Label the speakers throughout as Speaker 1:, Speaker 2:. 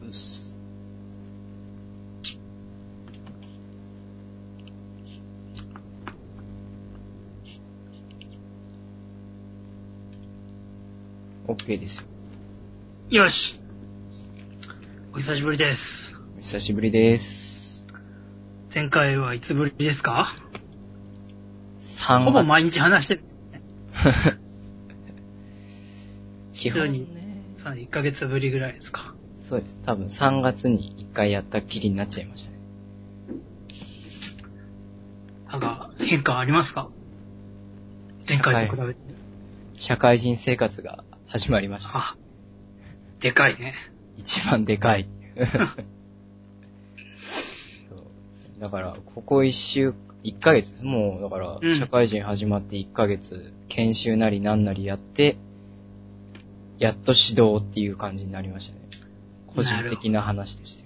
Speaker 1: です。OK ですよ。
Speaker 2: よしお久しぶりです。
Speaker 1: お久しぶりです。
Speaker 2: 前回はいつぶりですか
Speaker 1: 3
Speaker 2: ほぼ
Speaker 1: 月。
Speaker 2: 毎日話してる。
Speaker 1: 基本ね。
Speaker 2: さあ、1ヶ月ぶりぐらいですか。
Speaker 1: そうです。多分3月に1回やったっきりになっちゃいましたね。
Speaker 2: なんか、変化ありますか前回と比べて。
Speaker 1: 社会人生活が始まりました。
Speaker 2: あ、でかいね。
Speaker 1: 一番で かい。そうだから、ここ一週、一ヶ月です。もう、だから
Speaker 2: う、ん
Speaker 1: 社会人始まって一ヶ月、研修なりなんなりやって、やっと指導っていう感じになりましたね。個人的な話として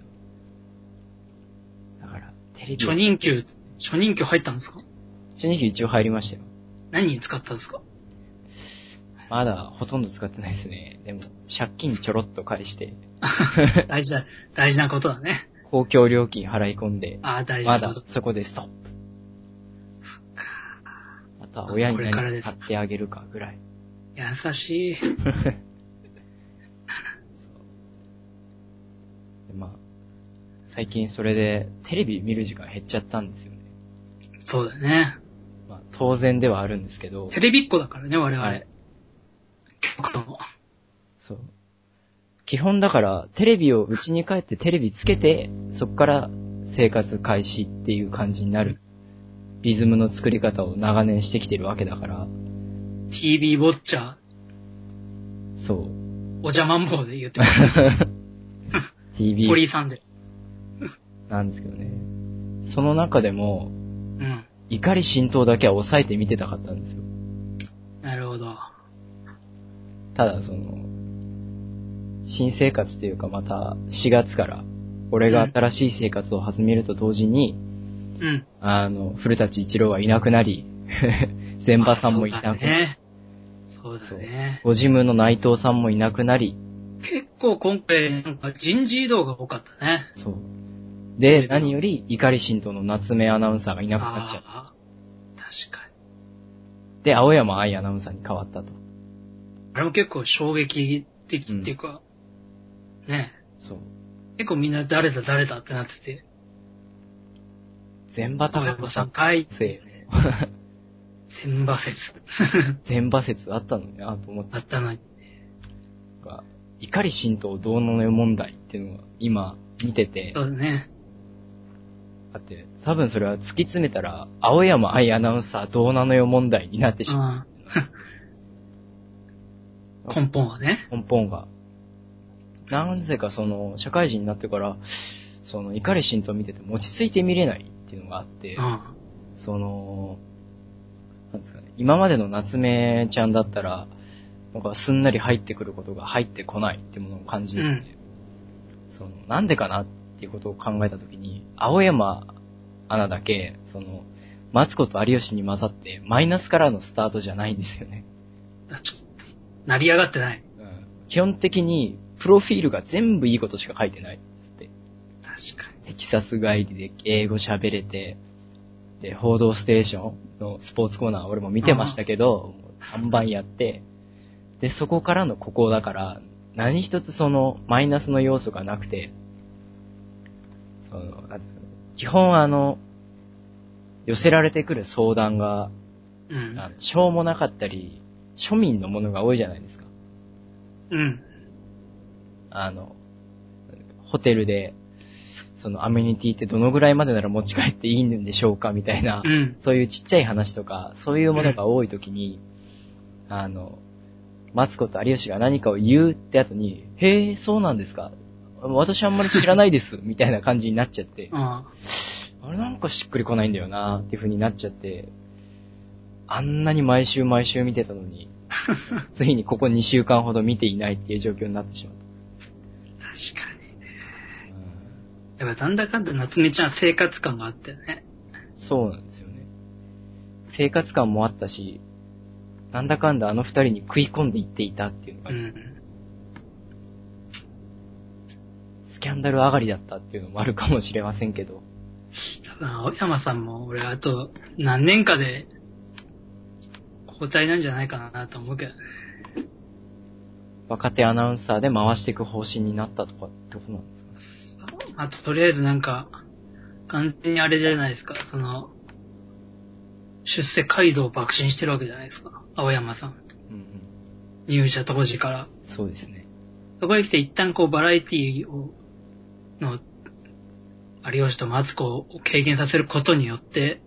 Speaker 1: は。だから、テレビを
Speaker 2: 初任給、初任給入ったんですか
Speaker 1: 初任給一応入りましたよ。
Speaker 2: 何に使ったんで すか
Speaker 1: まだほとんど使ってないですね。でも、借金ちょろっと返して、
Speaker 2: 大事だ、大事なことだね。
Speaker 1: 公共料金払い込んで、
Speaker 2: ああ、大事
Speaker 1: ま
Speaker 2: なこ
Speaker 1: だ
Speaker 2: と。
Speaker 1: そこでストップ。あとは親に
Speaker 2: これから
Speaker 1: 何
Speaker 2: です
Speaker 1: か買ってあげるかぐらい。
Speaker 2: 優しい。
Speaker 1: でまあ、最近それでテレビ見る時間減っちゃったんですよね。
Speaker 2: そうだよね。
Speaker 1: まあ、当然ではあるんですけど。
Speaker 2: テレビっ子だからね、我々。
Speaker 1: はい。
Speaker 2: 僕も
Speaker 1: そう。基本だから、テレビを家に帰ってテレビつけて、そこから生活開始っていう感じになる。リズムの作り方を長年してきてるわけだから、
Speaker 2: TV ウォッチャー、
Speaker 1: そう。
Speaker 2: お邪魔ん坊で言ってます。 堀
Speaker 1: TV
Speaker 2: 井さんで。
Speaker 1: なんですけどね。その中でも、
Speaker 2: うん。
Speaker 1: 怒り浸透だけは抑えて見てたかったんですよ。
Speaker 2: なるほど。
Speaker 1: ただその、新生活というかまた4月から、俺が新しい生活を始めると同時に、
Speaker 2: うん。
Speaker 1: あの、古立一郎はいなくなり、 全馬さんもいなくな
Speaker 2: あそ
Speaker 1: り、
Speaker 2: うだね。そうだね。
Speaker 1: ごジムの内藤さんもいなくなり、
Speaker 2: 結構今回、なんか人事異動が多かったね。
Speaker 1: そう。で、何より怒り浸透の夏目アナウンサーがいなくなっちゃっ
Speaker 2: ああ確かに。
Speaker 1: て、青山愛アナウンサーに変わったと。
Speaker 2: あれも結構衝撃的っていうか、ね。
Speaker 1: そう。
Speaker 2: 結構みんな誰だ誰だってなってて、
Speaker 1: 全馬
Speaker 2: 高
Speaker 1: 高
Speaker 2: 山
Speaker 1: 子
Speaker 2: さ
Speaker 1: さ
Speaker 2: ん
Speaker 1: ん、
Speaker 2: かいって
Speaker 1: せ
Speaker 2: いうね。千馬説
Speaker 1: 全馬説あったのね、あと思っ
Speaker 2: あったのに。
Speaker 1: たのが、怒り浸透どうのね問題っていうのが今見てて、
Speaker 2: そうだね。
Speaker 1: あって、多分それは突き詰めたら、青山愛アナウンサーどうなのよ問題になってしま
Speaker 2: うん。根本はね。
Speaker 1: う、根本が。なんぜかその、社会人になってから、その、怒り浸透見てても落ち着いて見れないっていうのがあって、
Speaker 2: うん。
Speaker 1: その、なんですかね、今までの夏目ちゃんだったら、なんかすんなり入ってくることが入ってこないってものを感じてて、
Speaker 2: うん
Speaker 1: その、なんでかなっていうことを考えたときに、青山アナだけ、その、マツコと有吉に混ざって、マイナスからのスタートじゃないんですよね。
Speaker 2: 成り上がってない。
Speaker 1: 基本的に、プロフィールが全部いいことしか書いてない。
Speaker 2: 確かに。
Speaker 1: テキサス帰りで英語喋れて、で、報道ステーションのスポーツコーナー俺も見てましたけど、もう看板やって、で、そこからのここだから、何一つそのマイナスの要素がなくて、その、なんていうの基本あの、寄せられてくる相談が、
Speaker 2: うん。
Speaker 1: あのしょうもなかったり、庶民のものが多いじゃないですか。
Speaker 2: うん。
Speaker 1: あの、ホテルで、そのアメニティってどのぐらいまでなら持ち帰っていいんでしょうかみたいな
Speaker 2: う、ん。
Speaker 1: そういうちっちゃい話とか、そういうものが多いときに、あの、マツコと有吉が何かを言うって後に、へえ、そうなんですか私あんまり知らない です、みたいな感じになっちゃって、
Speaker 2: うん。
Speaker 1: あれなんかしっくりこないんだよなっていう風になっちゃって、あんなに毎週毎週見てたの に、ついにここ2週間ほど見ていないっていう状況になってしまっ
Speaker 2: 確かに。
Speaker 1: た。
Speaker 2: やっぱなんだかんだ夏目ちゃんは生活感があったよね。
Speaker 1: そうなんですよね。生活感もあったし、なんだかんだあの二人に食い込んでいっていたっていうの
Speaker 2: う
Speaker 1: が、
Speaker 2: ん。
Speaker 1: スキキャンダル上がりだったっていうのもあるかもしれませんけど。
Speaker 2: 多分、青山さんも俺あと何年かで交代なんじゃないかなと思うけどね。
Speaker 1: 若手アナウンサーで回していく方針になったとかってことなんですか
Speaker 2: あと、とりあえずなんか、完全にあれじゃないですか、その、出世街道を爆心してるわけじゃないですか、青山さん。
Speaker 1: うんうん。
Speaker 2: 入社当時から。
Speaker 1: そうですね。
Speaker 2: そこに来て一旦こうバラエティを、の、有吉とマツコを軽減させることによって、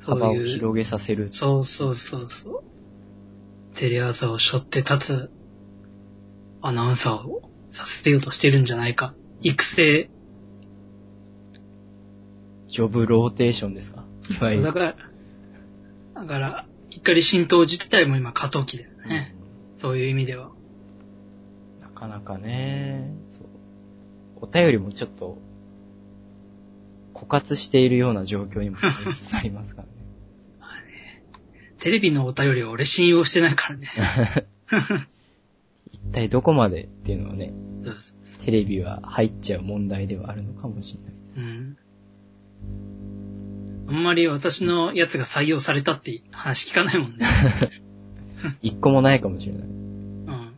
Speaker 1: 幅
Speaker 2: そう
Speaker 1: を
Speaker 2: いう
Speaker 1: 広げさせる。
Speaker 2: そうそうそうそう。テレ朝を背負って立つアナウンサーをさせようとしてるんじゃないか。育成。
Speaker 1: ジョブローテーションですかいわゆ
Speaker 2: だ
Speaker 1: る。
Speaker 2: から、だから、怒り浸透自体も今過渡期だよね。そういう意味では。
Speaker 1: うんなかなかね、そう。お便りもちょっと、枯渇しているような状況にもありますからね。
Speaker 2: テレビのお便りは俺信用してないからね。
Speaker 1: 一体どこまでっていうのはね、
Speaker 2: そうそうそ
Speaker 1: テレビは入っちゃう問題ではあるのかもしれない。
Speaker 2: う。うん。あんまり私のやつが採用されたって話聞かないもんね。
Speaker 1: 一個もないかもしれない。
Speaker 2: うん。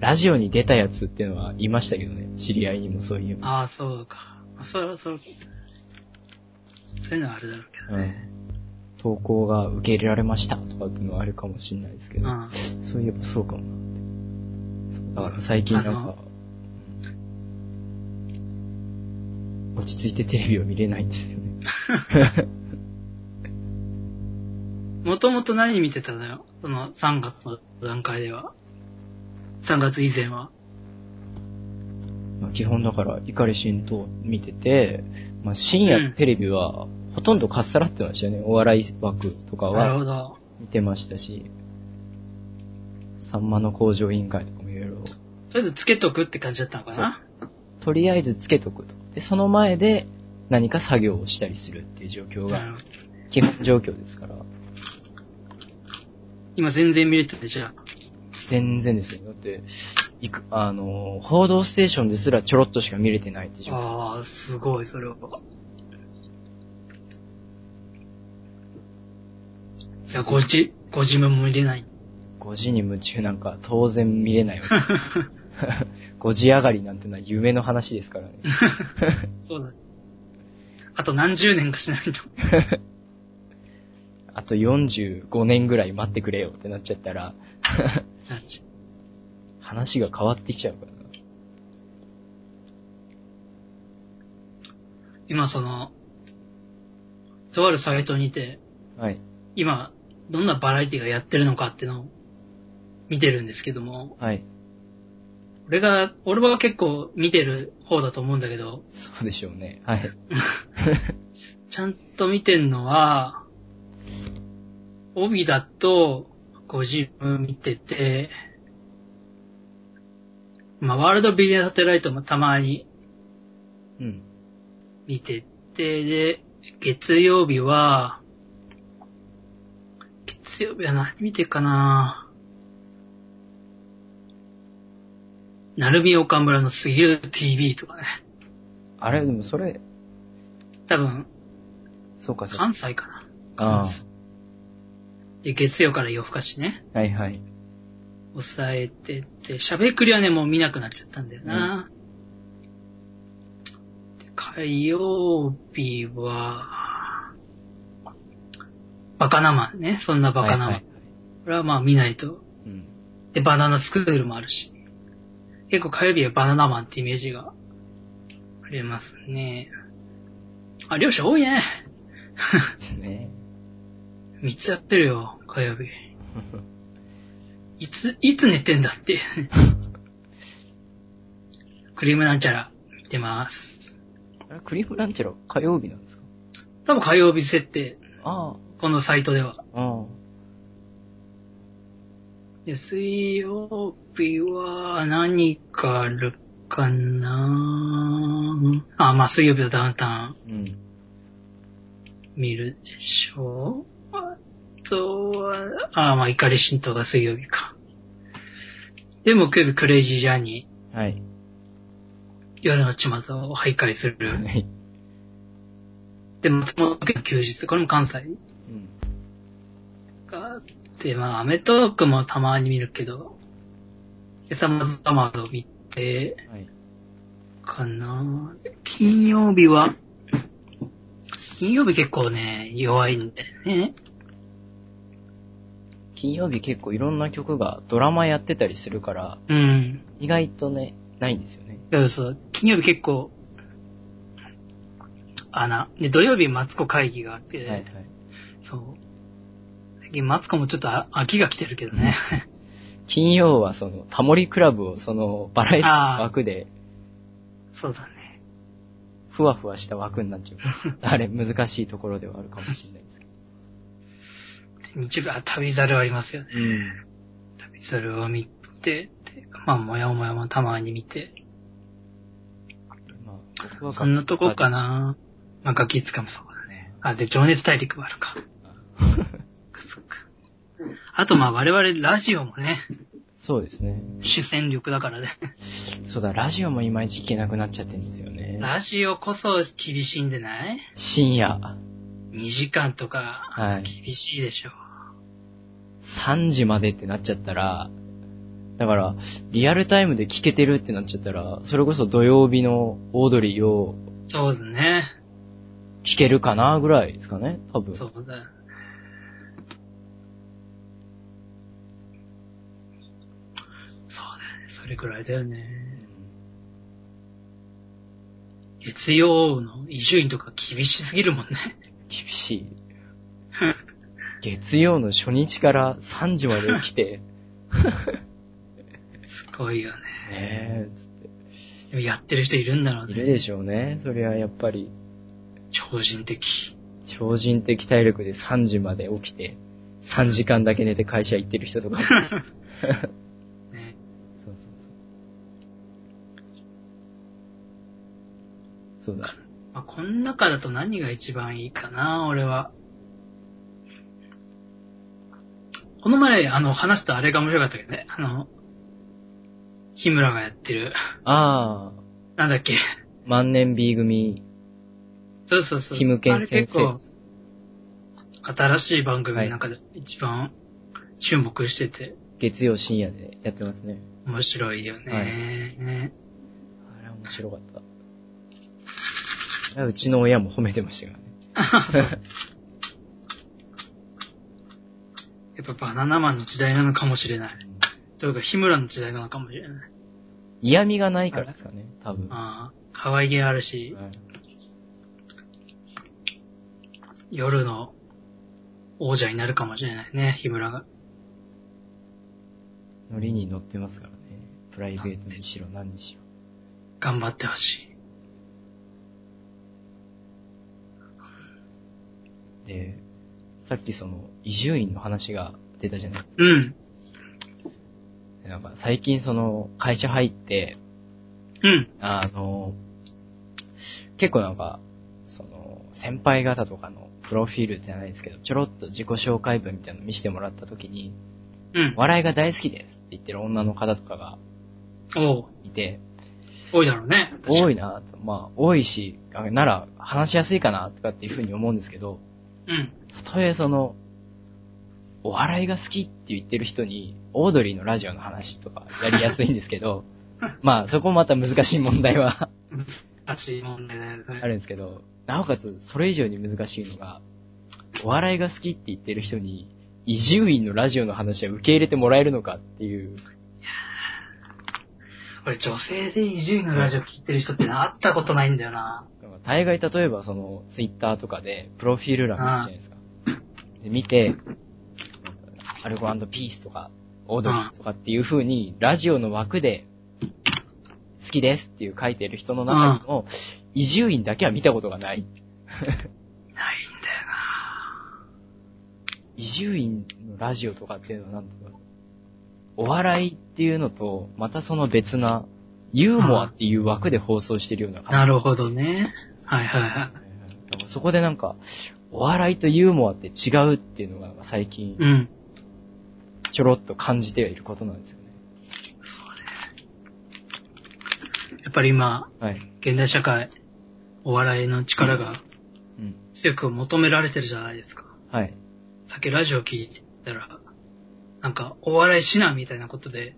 Speaker 1: ラジオに出たやつっていうのはいましたけどね。知り合いにもそういえば。
Speaker 2: ああ、そうか。まあそれはそう。そういうのはあれだろうけど
Speaker 1: うん
Speaker 2: ね。
Speaker 1: 投稿が受け入れられましたとかっていうのはあるかもしれないですけ
Speaker 2: う
Speaker 1: ど、
Speaker 2: ん。
Speaker 1: そういえばそうかもなってそうだから最近なん
Speaker 2: あ
Speaker 1: か、落ち着いてテレビを見れないんですよね。
Speaker 2: もともと何見てたのよその3月の段階では。3月以前は。
Speaker 1: まあ、基本だから、怒り浸透を見てて、まあ、深夜のテレビは、ほとんどかっさらってましたよね。お笑い枠とか
Speaker 2: なる
Speaker 1: は
Speaker 2: ほど。
Speaker 1: 見てましたし、さんまの工場委員会とかもいろいろ
Speaker 2: とりあえずつけとくって感じだったのかな
Speaker 1: とりあえずつけとくと。で、その前で何か作業をしたりするっていう状況
Speaker 2: な
Speaker 1: が
Speaker 2: るほど。
Speaker 1: 基本状況ですから、
Speaker 2: 今全然見れてて、じゃあ。
Speaker 1: 全然ですよ。だって、いく、あのー、報道ステーションですらちょろっとしか見れてないっていう状況。
Speaker 2: ああ、すごい、それは。じゃあ、5時、5時目も入れない。
Speaker 1: 5時に夢中なんか当然見れないわ け。5時上がりなんてのは夢の話です からね。
Speaker 2: そうだね。あと何十年かしないと。
Speaker 1: あと45年ぐらい待ってくれよってなっちゃったら、
Speaker 2: なんち
Speaker 1: 話が変わってきちゃうからな。
Speaker 2: 今その、とあるサイトにて、
Speaker 1: はい。
Speaker 2: 今、どんなバラエティがやってるのかってのを見てるんですけども、
Speaker 1: はい。
Speaker 2: 俺が、俺は結構見てる方だと思うんだけど、
Speaker 1: そうでしょうね。はい。
Speaker 2: ちゃんと見てんのは、帯だと、50見てて、まあ、ワールドビデオサテライトもたまに
Speaker 1: うん。
Speaker 2: 見てて、で、月曜日は、月曜日は何見てっかななるみ岡村のすぎる TV とかね。
Speaker 1: あれ、でもそれ、
Speaker 2: 多分、
Speaker 1: そうかそうか。
Speaker 2: 関西かな。
Speaker 1: あ
Speaker 2: で、月曜から夜更かしね。
Speaker 1: あ。はいはい。
Speaker 2: 抑えてて、喋くりはね、もう見なくなっちゃったんだよな。で火曜日は、バカなマンね。そんなバカなマン。
Speaker 1: はいはい
Speaker 2: これはまあ見ないと。
Speaker 1: うん。
Speaker 2: で、バナナスクールもあるし。結構火曜日はバナナマンってイメージがありますね。あ、両者多いね。
Speaker 1: ですね。
Speaker 2: 3つやってるよ、火曜日。いつ、いつ寝てんだって。クリームなんちゃら見てます。
Speaker 1: あれ、クリフランチェロ火曜日なんですか
Speaker 2: 多分火曜日設定、
Speaker 1: あ
Speaker 2: このサイトでは。
Speaker 1: あ、ああ。
Speaker 2: で水曜日は何かあるかなあ、まあ水曜日のダウンタウン。
Speaker 1: うん。
Speaker 2: 見るでしょうあとは、あ、まあ、怒り浸透が水曜日か。で、木曜日クレイジージャーニー、
Speaker 1: はい。
Speaker 2: 夜の巷を徘徊す
Speaker 1: は
Speaker 2: る。
Speaker 1: い。
Speaker 2: で、松本家の休日、これも関西
Speaker 1: うん。
Speaker 2: があって、まあ、アメトークもたまに見るけど、でサマーズサマーズを見て、
Speaker 1: はい。
Speaker 2: かなで金曜日は、金曜日結構ね、弱いんだよね。
Speaker 1: 金曜日結構いろんな曲がドラマやってたりするから、
Speaker 2: うん。
Speaker 1: 意外とね、ないんですよね。
Speaker 2: そうそう。金曜日結構、穴。で、土曜日マツコ会議があって、
Speaker 1: はいはい。
Speaker 2: そう。最近マツコもちょっとあ秋が来てるけどね。
Speaker 1: 金曜はその、タモリクラブをその、バラエティ
Speaker 2: あー
Speaker 1: 枠で、
Speaker 2: そうだね。
Speaker 1: ふわふわした枠になっちゃう。 あれ、難しいところではあるかもしれないですけど。
Speaker 2: 日曜日、あ、旅猿ありますよね。
Speaker 1: うん。
Speaker 2: 旅猿を見て、でまあ、もやもやもたまに見て。
Speaker 1: まあ、僕は
Speaker 2: そんなとこか。な。まあ、ガキつかもそうだね。あ、で、情熱大陸もあるか。そっか。あと、まあ、我々ラジオもね、
Speaker 1: そうですね。
Speaker 2: 主戦力だからね。
Speaker 1: そうだ、ラジオもいまいち聞けなくなっちゃってるんですよね。
Speaker 2: ラジオこそ厳しいんでない
Speaker 1: 深夜。
Speaker 2: 2時間とか、
Speaker 1: はい。
Speaker 2: 厳しいでしょ。
Speaker 1: 3時までってなっちゃったら、だから、リアルタイムで聞けてるってなっちゃったら、それこそ土曜日のオードリーを
Speaker 2: そうですね。
Speaker 1: 聞けるかなぐらいですかね、多分。
Speaker 2: そうだ。そうだよね。それくらいだよ
Speaker 1: う
Speaker 2: ね。
Speaker 1: ん
Speaker 2: 月曜の伊集院とか厳しすぎるもんね。
Speaker 1: 厳しい。月曜の初日から3時まで来て、
Speaker 2: すごいよね。
Speaker 1: ね
Speaker 2: でもやってる人いるんだろう
Speaker 1: え、いる
Speaker 2: ね。
Speaker 1: でしょうね。そりゃやっぱり、
Speaker 2: 超人的。
Speaker 1: 超人的体力で3時まで起きて、3時間だけ寝て会社行ってる人とか。
Speaker 2: ね。
Speaker 1: そうそうそう。そうだ。
Speaker 2: まあ、この中だと何が一番いいかな、俺は。この前、あの、話したあれが面白かったけどね。あの、日村がやってる、
Speaker 1: ああ、
Speaker 2: なんだっけ。
Speaker 1: 万年 B 組。
Speaker 2: そうそうそう。
Speaker 1: キムケン先生
Speaker 2: あれ結構、新しい番組の中で一番注目してて、
Speaker 1: 月曜深夜でやってますね。
Speaker 2: 面白いよね。
Speaker 1: はい
Speaker 2: ね
Speaker 1: あれは面白かった。あれはうちの親も褒めてましたからね。
Speaker 2: やっぱバナナマンの時代なのかもしれない。というか、日村の時代なのかもしれない。
Speaker 1: 嫌味がないからですかね、多分。
Speaker 2: ああ、可愛げあるし、
Speaker 1: はい
Speaker 2: 夜の王者になるかもしれないね、日村が。
Speaker 1: ノリに乗ってますからね。プライベートにしろ何にしろ。
Speaker 2: 頑張ってほしい。
Speaker 1: で、さっきその、伊集院の話が出たじゃない
Speaker 2: うん。
Speaker 1: なんか最近その、会社入って、
Speaker 2: うん。
Speaker 1: あの、結構なんか、その、先輩方とかのプロフィールじゃないですけど、ちょろっと自己紹介文みたいなの見せてもらった時に、
Speaker 2: うん。
Speaker 1: 笑いが大好きですって言ってる女の方とかが
Speaker 2: おう。
Speaker 1: いて、
Speaker 2: 多いだろうね。
Speaker 1: 多いなと、まあ、多いし、あなら話しやすいかなとかっていうふうに思うんですけど、
Speaker 2: うん。
Speaker 1: たとえその、お笑いが好きって言ってる人に、オードリーのラジオの話とかやりやすいんですけど、まあそこまた難しい問題は
Speaker 2: 難しい問題だよね。
Speaker 1: あるんですけど、なおかつそれ以上に難しいのが、お笑いが好きって言ってる人に、伊集院のラジオの話は受け入れてもらえるのかっていう、
Speaker 2: 俺、女性で伊集院のラジオ聞いてる人ってな会ったことないんだよな。
Speaker 1: 大概例えばその、ツイッターとかで、プロフィール欄あるじゃないですか。で、見て、アルゴピースとか、オードリーとかっていう風に、ラジオの枠で、好きですっていう書いてる人の中にも、伊集院だけは見たことがない。
Speaker 2: ないんだよな。
Speaker 1: 伊集院のラジオとかっていうのはなんとか、お笑いっていうのと、またその別な、ユーモアっていう枠で放送してるような感じ。
Speaker 2: なるほどね。はいはいはい。
Speaker 1: そこでなんか、お笑いとユーモアって違うっていうのが最近
Speaker 2: うん。
Speaker 1: ちょろっと感じてはいることなんですよね。
Speaker 2: っぱり今、
Speaker 1: はい。
Speaker 2: 現代社会、お笑いの力が
Speaker 1: うん。
Speaker 2: 強く求められてるじゃないですか。
Speaker 1: はい。
Speaker 2: さっきラジオ聞いてたら、なんか、お笑いしなみたいなことで、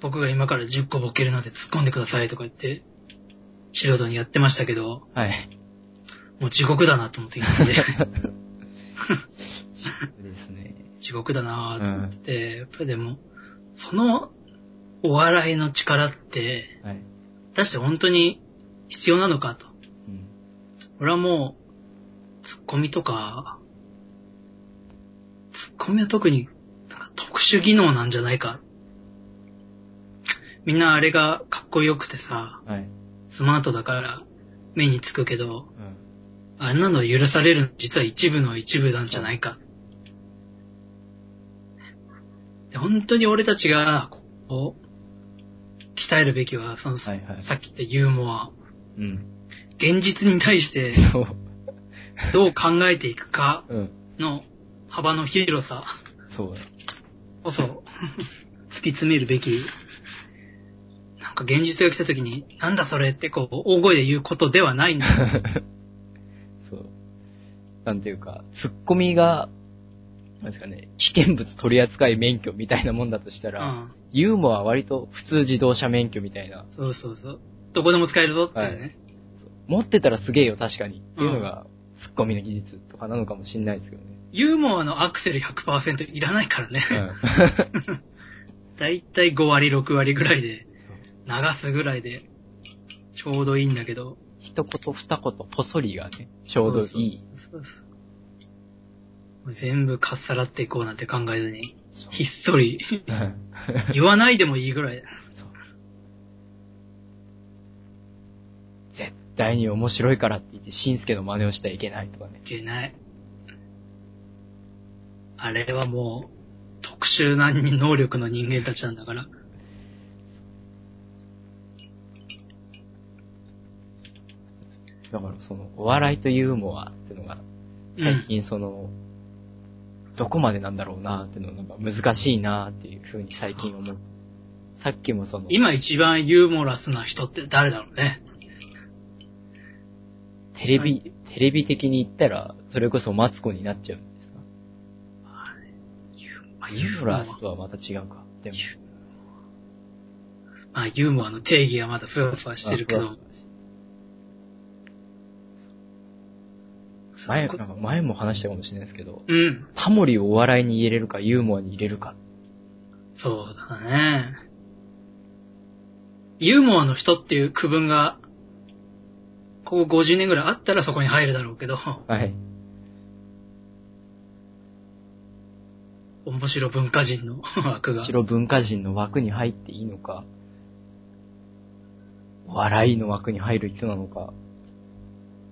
Speaker 2: 僕が今から10個ボケるので突っ込んでくださいとか言って、素人にやってましたけど、
Speaker 1: はい。
Speaker 2: もう地獄だなと思って聞いてて
Speaker 1: そうですね。
Speaker 2: 地獄だなと思ってて、やっぱりでも、その、お笑いの力って、
Speaker 1: はい。
Speaker 2: 果たして本当に必要なのかと。
Speaker 1: うん。
Speaker 2: 俺はもう、ツッコミとか、ツッコミは特になんか特殊技能なんじゃないか。みんなあれがかっこよくてさ、
Speaker 1: はい。
Speaker 2: スマートだから目につくけど、
Speaker 1: うん。
Speaker 2: あんなの許されるの実は一部の一部なんじゃないか。で本当に俺たちが、こう、鍛えるべきは、その、
Speaker 1: はいはい
Speaker 2: さっき言ったユーモア、
Speaker 1: うん。
Speaker 2: 現実に対して
Speaker 1: そう。
Speaker 2: どう考えていくか
Speaker 1: うん。
Speaker 2: の幅の広さ
Speaker 1: そう。
Speaker 2: こそ 突き詰めるべき、なんか現実が来た時に、なんだそれってこう、大声で言うことではないんだ。
Speaker 1: そう。なんていうか、ツッコミが、なんですかね、危険物取り扱い免許みたいなもんだとした
Speaker 2: う
Speaker 1: ら、
Speaker 2: ん。
Speaker 1: ユーモアは割と普通自動車免許みたいな、
Speaker 2: そうそうそう。どこでも使えるぞっていうね。
Speaker 1: 持ってたらすげえよ確かにっていうのが、ツッコミの技術とかなのかもしれないですけどね。
Speaker 2: ユーモアのアクセル100%いらないからね。
Speaker 1: うん。
Speaker 2: だいたい5割、6割ぐらいで、流すぐらいで、ちょうどいいんだけど。
Speaker 1: 一言二言ぽそりがね、ちょうどいい。
Speaker 2: そうそうそうそう全部かっさらっていこうなんて考えずに、
Speaker 1: そう
Speaker 2: ひっそり、
Speaker 1: うん
Speaker 2: 言わないでもいいぐらい。
Speaker 1: そう絶対に面白いからって言って、しんすけの真似をしてはいけないとかね。
Speaker 2: いけない。あれはもう、特殊な能力の人間たちなんだから。
Speaker 1: だからその、お笑いとユーモアっていうのが、最近その、どこまでなんだろうなっていうのがなんか難しいなっていうふうに最近思う。さっきもその、
Speaker 2: 今一番ユーモラスな人って誰だろうね。
Speaker 1: テレビ、
Speaker 2: はい
Speaker 1: テレビ的に言ったら、それこそマツコになっちゃうんですか
Speaker 2: ユーまあ
Speaker 1: ユ
Speaker 2: ユ
Speaker 1: ー
Speaker 2: ー
Speaker 1: モ
Speaker 2: モア
Speaker 1: ラスとはまた違うか。でも、
Speaker 2: まあ、ユーモアの定義はまだふわふわしてるけ
Speaker 1: まあ
Speaker 2: ど。
Speaker 1: 前、なん
Speaker 2: それこ
Speaker 1: か
Speaker 2: そ
Speaker 1: 前も話したかもしれないですけど、
Speaker 2: うん。
Speaker 1: タモリをお笑いに入れるか、ユーモアに入れるか。
Speaker 2: そうだね。ユーモアの人っていう区分が、ここ50年ぐらいあったらそこに入るだろうけど、
Speaker 1: はい。
Speaker 2: 面白文化人の枠が。
Speaker 1: 白文化人の枠に入っていいのか、お笑いの枠に入る人なのか、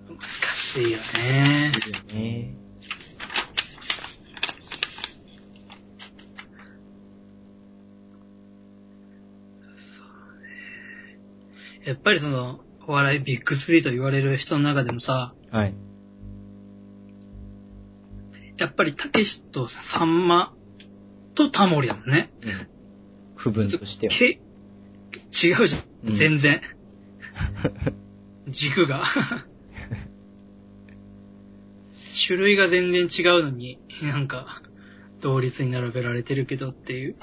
Speaker 2: 難しいよね。
Speaker 1: ね。
Speaker 2: やっぱりその、お笑いビッグスリーと言われる人の中でもさ、
Speaker 1: はい。
Speaker 2: やっぱりたけしとさんまとタモリだもんね。
Speaker 1: 不分としては。
Speaker 2: け違うじゃん。
Speaker 1: うん
Speaker 2: 全然。軸が。種類が全然違うのに、なんか、同率に並べられてるけどっていう。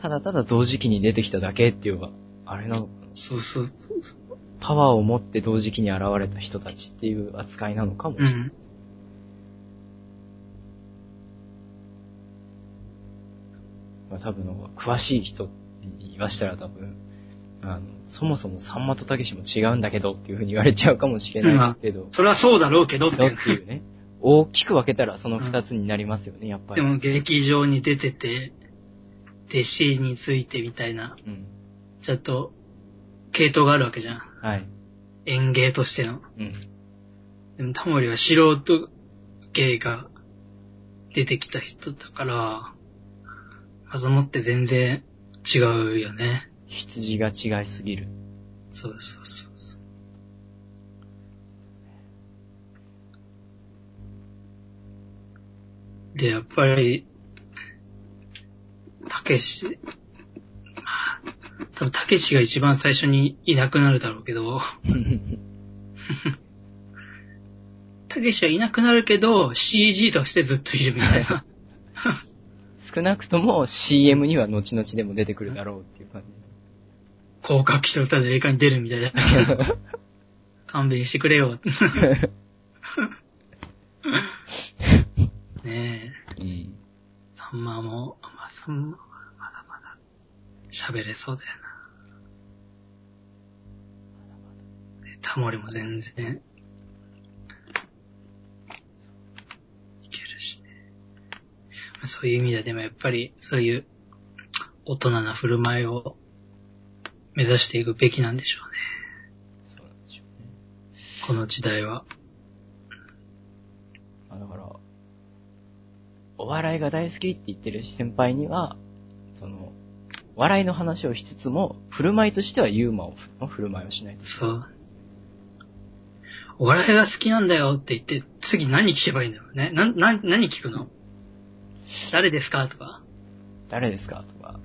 Speaker 1: ただただ同時期に出てきただけっていうのが、あれなのかな
Speaker 2: そうそうそうそう。
Speaker 1: パワーを持って同時期に現れた人たちっていう扱いなのかもし
Speaker 2: う
Speaker 1: れない。
Speaker 2: ん。
Speaker 1: まあ多分、詳しい人に言わしたら多分、あの、そもそもさんまとたけしも違うんだけどっていうふうに言われちゃうかもしれないですけど、
Speaker 2: それはそうだろうけどって
Speaker 1: だ
Speaker 2: い
Speaker 1: っ
Speaker 2: う。
Speaker 1: ていうね。大きく分けたらその二つになりますよね、やっぱり。
Speaker 2: でも劇場に出てて、弟子についてみたいな、
Speaker 1: うん。
Speaker 2: ちゃんと、系統があるわけじゃん。
Speaker 1: はい。
Speaker 2: 演芸としての。
Speaker 1: うん。
Speaker 2: でもタモリは素人芸が出てきた人だから、まずもって全然違うよね。
Speaker 1: 羊が違いすぎる。
Speaker 2: そうそうそうそう。で、やっぱり、たけし、まあ多分、たけしが一番最初にいなくなるだろうけど、たけしはいなくなるけど、CG としてずっといるみたいな。
Speaker 1: 少なくとも CM には後々でも出てくるだろうっていう 感
Speaker 2: 広角機動隊の映画に出るみたいな。勘弁してくれよ。 ねえ、
Speaker 1: じ。うん。
Speaker 2: サンマも、まあ、サンマはまだまだ喋れそうだよな。でタモリも全然、いけるしね。まあそういう意味ではでもやっぱり、そういう、大人な振る舞いを目指していくべきなんでしょうね。
Speaker 1: そうなんでしょうね。
Speaker 2: この時代は。
Speaker 1: あだから、お笑いが大好きって言ってる先輩には、その、笑いの話をしつつも、振る舞いとしてはユーマをの振る舞いをしないと。
Speaker 2: そう。お笑いが好きなんだよって言って、次何聞けばいいんだろうね。な、な、何聞くの誰ですかとか、
Speaker 1: 誰ですかとか、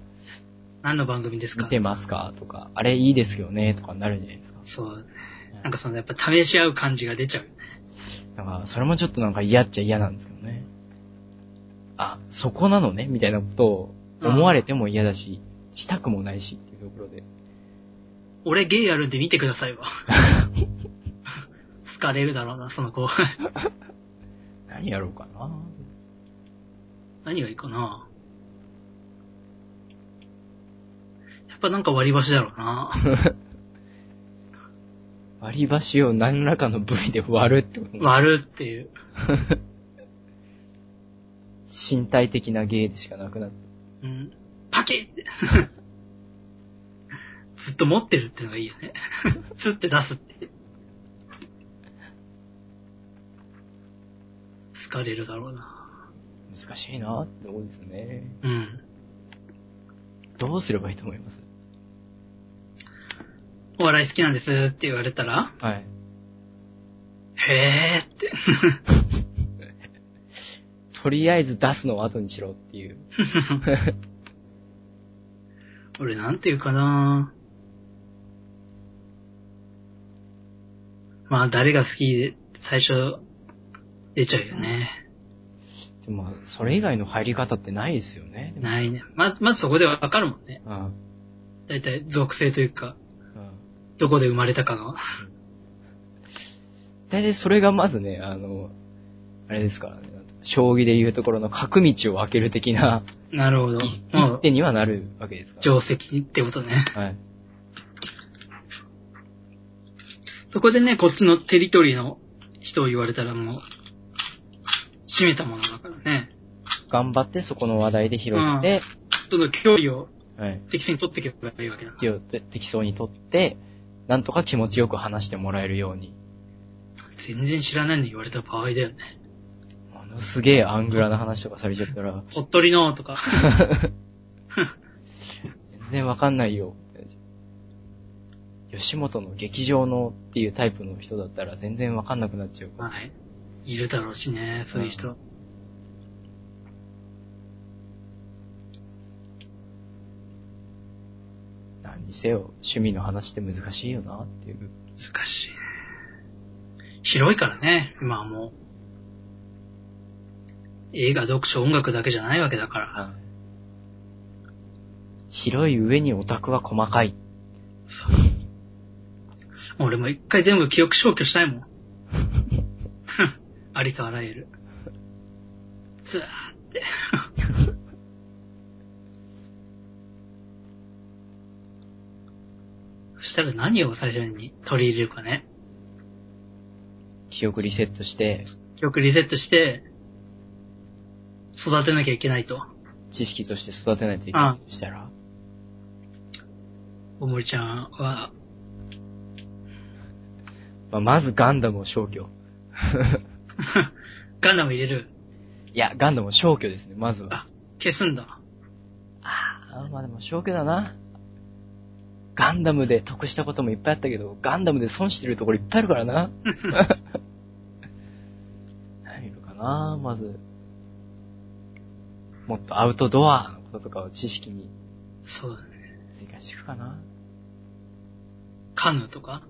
Speaker 2: 何の番組ですか
Speaker 1: 見てますかとか、あれいいですよねとかになるんじゃないですか。
Speaker 2: そう。なんかその、やっぱ試し合う感じが出ちゃうよね。
Speaker 1: だから、それもちょっとなんか嫌っちゃ嫌なんですけどね。あ、そこなのねみたいなことを思われても嫌だし、したくもないしっていうところで。
Speaker 2: 俺ゲイやるんで見てくださいわ。 疲れるだろうな、その子。
Speaker 1: 何やろうかな
Speaker 2: 何がいいかなやっぱなんか割り箸だろ うな。
Speaker 1: 割り箸を何らかの部位で割るってことも
Speaker 2: 割るっていう。
Speaker 1: 身体的な芸でしかなくなって。
Speaker 2: うん。パキッて。 ずっと持ってるってのがいいよね。 スッて出すって。疲れるだろうな。
Speaker 1: 難しいなって思うんですね。
Speaker 2: うん。
Speaker 1: どうすればいいと思います
Speaker 2: お笑い好きなんですって言われたら、
Speaker 1: はい。
Speaker 2: へーって。
Speaker 1: とりあえず出すのを後にしろっていう。
Speaker 2: 俺なんて言うかな。まあ誰が好きで最初出ちゃうよね。
Speaker 1: でもまあ、それ以外の入り方ってないですよね。
Speaker 2: ないね。ま、まずそこでわかるもんね。
Speaker 1: うん。
Speaker 2: 大体属性というか、
Speaker 1: うん。
Speaker 2: どこで生まれたかが。
Speaker 1: 大体それがまずね、あの、あれですからね、将棋でいうところの角道を開ける的な
Speaker 2: なるほど。
Speaker 1: 一
Speaker 2: も
Speaker 1: 一
Speaker 2: う、
Speaker 1: 手にはなるわけですから。
Speaker 2: 定石ってことね。
Speaker 1: はい。
Speaker 2: そこでね、こっちのテリトリーの人を言われたらもう、閉めたものだからね。
Speaker 1: 頑張ってそこの話題で拾って、
Speaker 2: どの距離を
Speaker 1: はい。
Speaker 2: 適正に取っていけばいいわけだか
Speaker 1: 手
Speaker 2: ら。
Speaker 1: を適当に取って、なんとか気持ちよく話してもらえるように。
Speaker 2: 全然知らないのに言われた場合だよね。
Speaker 1: ものすげえアングラな話とかされちゃったら、
Speaker 2: 鳥取の とか。
Speaker 1: 全然わかんないよ。吉本の劇場のっていうタイプの人だったら全然わかんなくなっちゃうから。
Speaker 2: はい。いるだろうしね、そういう人。
Speaker 1: 何にせよ、趣味の話って難しいよなっていう。
Speaker 2: 難しいね。広いからね、今はもう。映画、読書、音楽だけじゃないわけだから。
Speaker 1: 広い上にオタクは細かい。
Speaker 2: 俺も一回全部記憶消去したいもん。ありとあらゆる。ずわーって。 そしたら何を最初に取り入れるかね。
Speaker 1: 記憶リセットして、
Speaker 2: 記憶リセットして、育てなきゃいけないと。
Speaker 1: 知識として育てないといけないとしたら、
Speaker 2: おもりちゃんは、
Speaker 1: まあ、まずガンダムを消去。
Speaker 2: ガンダム入れる。
Speaker 1: いや、ガンダムを消去ですね、まずは。
Speaker 2: あ、消すんだ。
Speaker 1: あーまあでも消去だな。ガンダムで得したこともいっぱいあったけど、ガンダムで損してるところいっぱいあるからな。何いるかな、まず。もっとアウトドアのこととかを知識に
Speaker 2: そうだね。
Speaker 1: 追加していくかな。
Speaker 2: カヌーとか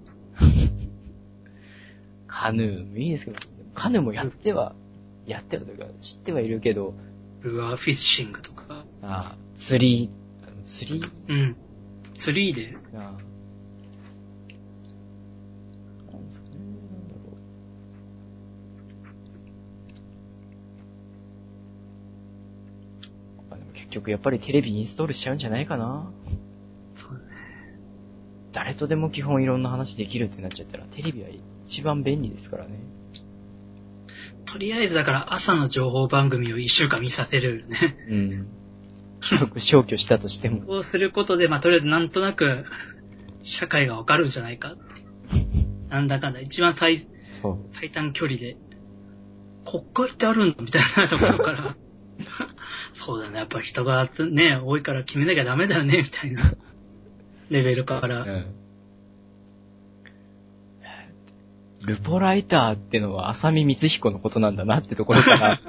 Speaker 1: カヌーもいいですけど、カヌーもやっては、やってはというか、知ってはいるけど、
Speaker 2: ルアーフィッシングとか。
Speaker 1: あ釣り、あの釣り
Speaker 2: うん。ツリーで、
Speaker 1: ななんですかね、なんだろう。あでも結局やっぱりテレビインストールしちゃうんじゃないかな。
Speaker 2: そうだね。
Speaker 1: 誰とでも基本いろんな話できるってなっちゃったら、テレビは一番便利ですからね。
Speaker 2: とりあえずだから朝の情報番組を一週間見させるよね。
Speaker 1: うん。記録消去したとしても。
Speaker 2: そうすることで、まあ、とりあえずなんとなく、社会がわかるんじゃないかって。なんだかんだ、一番最、
Speaker 1: そう。
Speaker 2: 最短距離で、国会ってあるんだ、みたいなところから。そうだね、やっぱ人が集ね、多いから決めなきゃダメだよね、みたいな。レベルか
Speaker 1: う
Speaker 2: ら。
Speaker 1: ん。ルポライターってのは浅見光彦のことなんだなってところ から、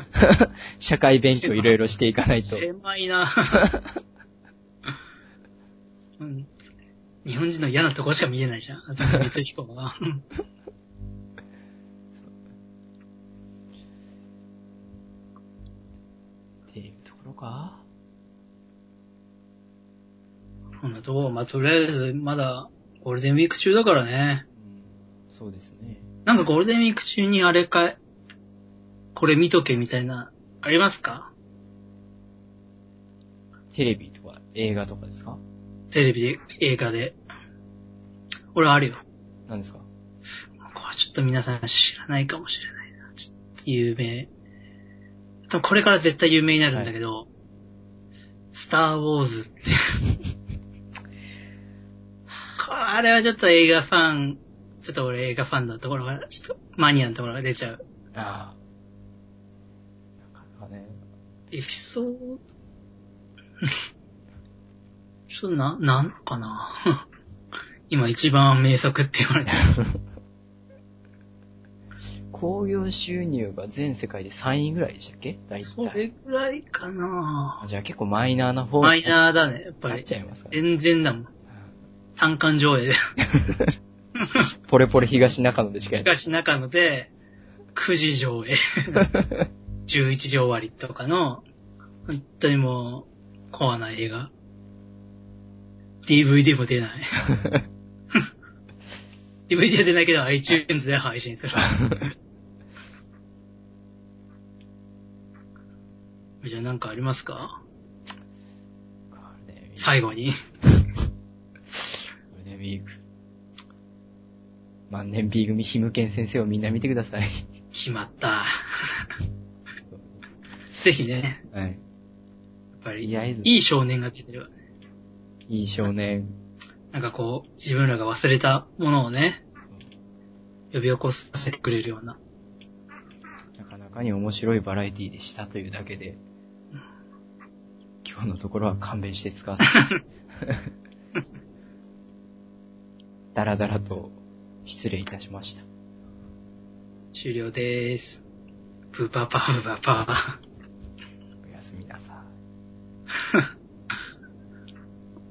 Speaker 1: 社会勉強いろいろしていかないと。
Speaker 2: 狭いな、うん、日本人の嫌なとこしか見えないじゃん。浅野光彦は。
Speaker 1: っていうところか
Speaker 2: そんなとこ、まあ、とりあえず、まだ、ゴールデンウィーク中だからね。
Speaker 1: そうですね。
Speaker 2: なんかゴールデンウィーク中にあれかい、これ見とけみたいな、ありますか
Speaker 1: テレビとか映画とかですか
Speaker 2: テレビで、映画で。俺あるよ。
Speaker 1: 何ですか
Speaker 2: これちょっと皆さん知らないかもしれないな。ちょっと有名。多分これから絶対有名になるんだけど、スターウォーズって。 あれはちょっと映画ファン、ちょっと俺映画ファンのところが、ちょっとマニアのところが出ちゃう。
Speaker 1: ああ。なかなかね。
Speaker 2: エピソード、ちょっとな、なんのかな 今一番名作って言われてる。
Speaker 1: 興行収入が全世界で3位ぐらいでしたっけ大
Speaker 2: そ
Speaker 1: 体。
Speaker 2: れぐらいかな
Speaker 1: あじゃあ結構マイナーな方
Speaker 2: マイ
Speaker 1: にな
Speaker 2: ナーだね、やっぱ
Speaker 1: っ
Speaker 2: り。
Speaker 1: ちゃいますからね。
Speaker 2: 全然だもん。三冠上映で。
Speaker 1: ポレポレ東中野でしかや
Speaker 2: し
Speaker 1: ってない
Speaker 2: かし中野で、9時 上映。11時終わりとかの、本当にもう、コアな映画。DVD も出ない。DVD は出ないけど iTunes で配信する。じゃあなんかありますか
Speaker 1: ゴールデンウィーク
Speaker 2: 最後に。
Speaker 1: ゴールデンウィーク。万年 B 組、ひむけん先生をみんな見てください。
Speaker 2: 決まった。ぜひね、
Speaker 1: はい。
Speaker 2: やっぱ
Speaker 1: と
Speaker 2: り、
Speaker 1: りあえず、
Speaker 2: いい少年が出てるわね。
Speaker 1: いい少年。
Speaker 2: なんかこう、自分らが忘れたものをね、呼び起こさせてくれるような。
Speaker 1: なかなかに面白いバラエティでしたというだけで、今日のところは勘弁して使わせて。 だらだらと失礼いたしました。
Speaker 2: 終了でーす。ブーパーパーブーパーパー。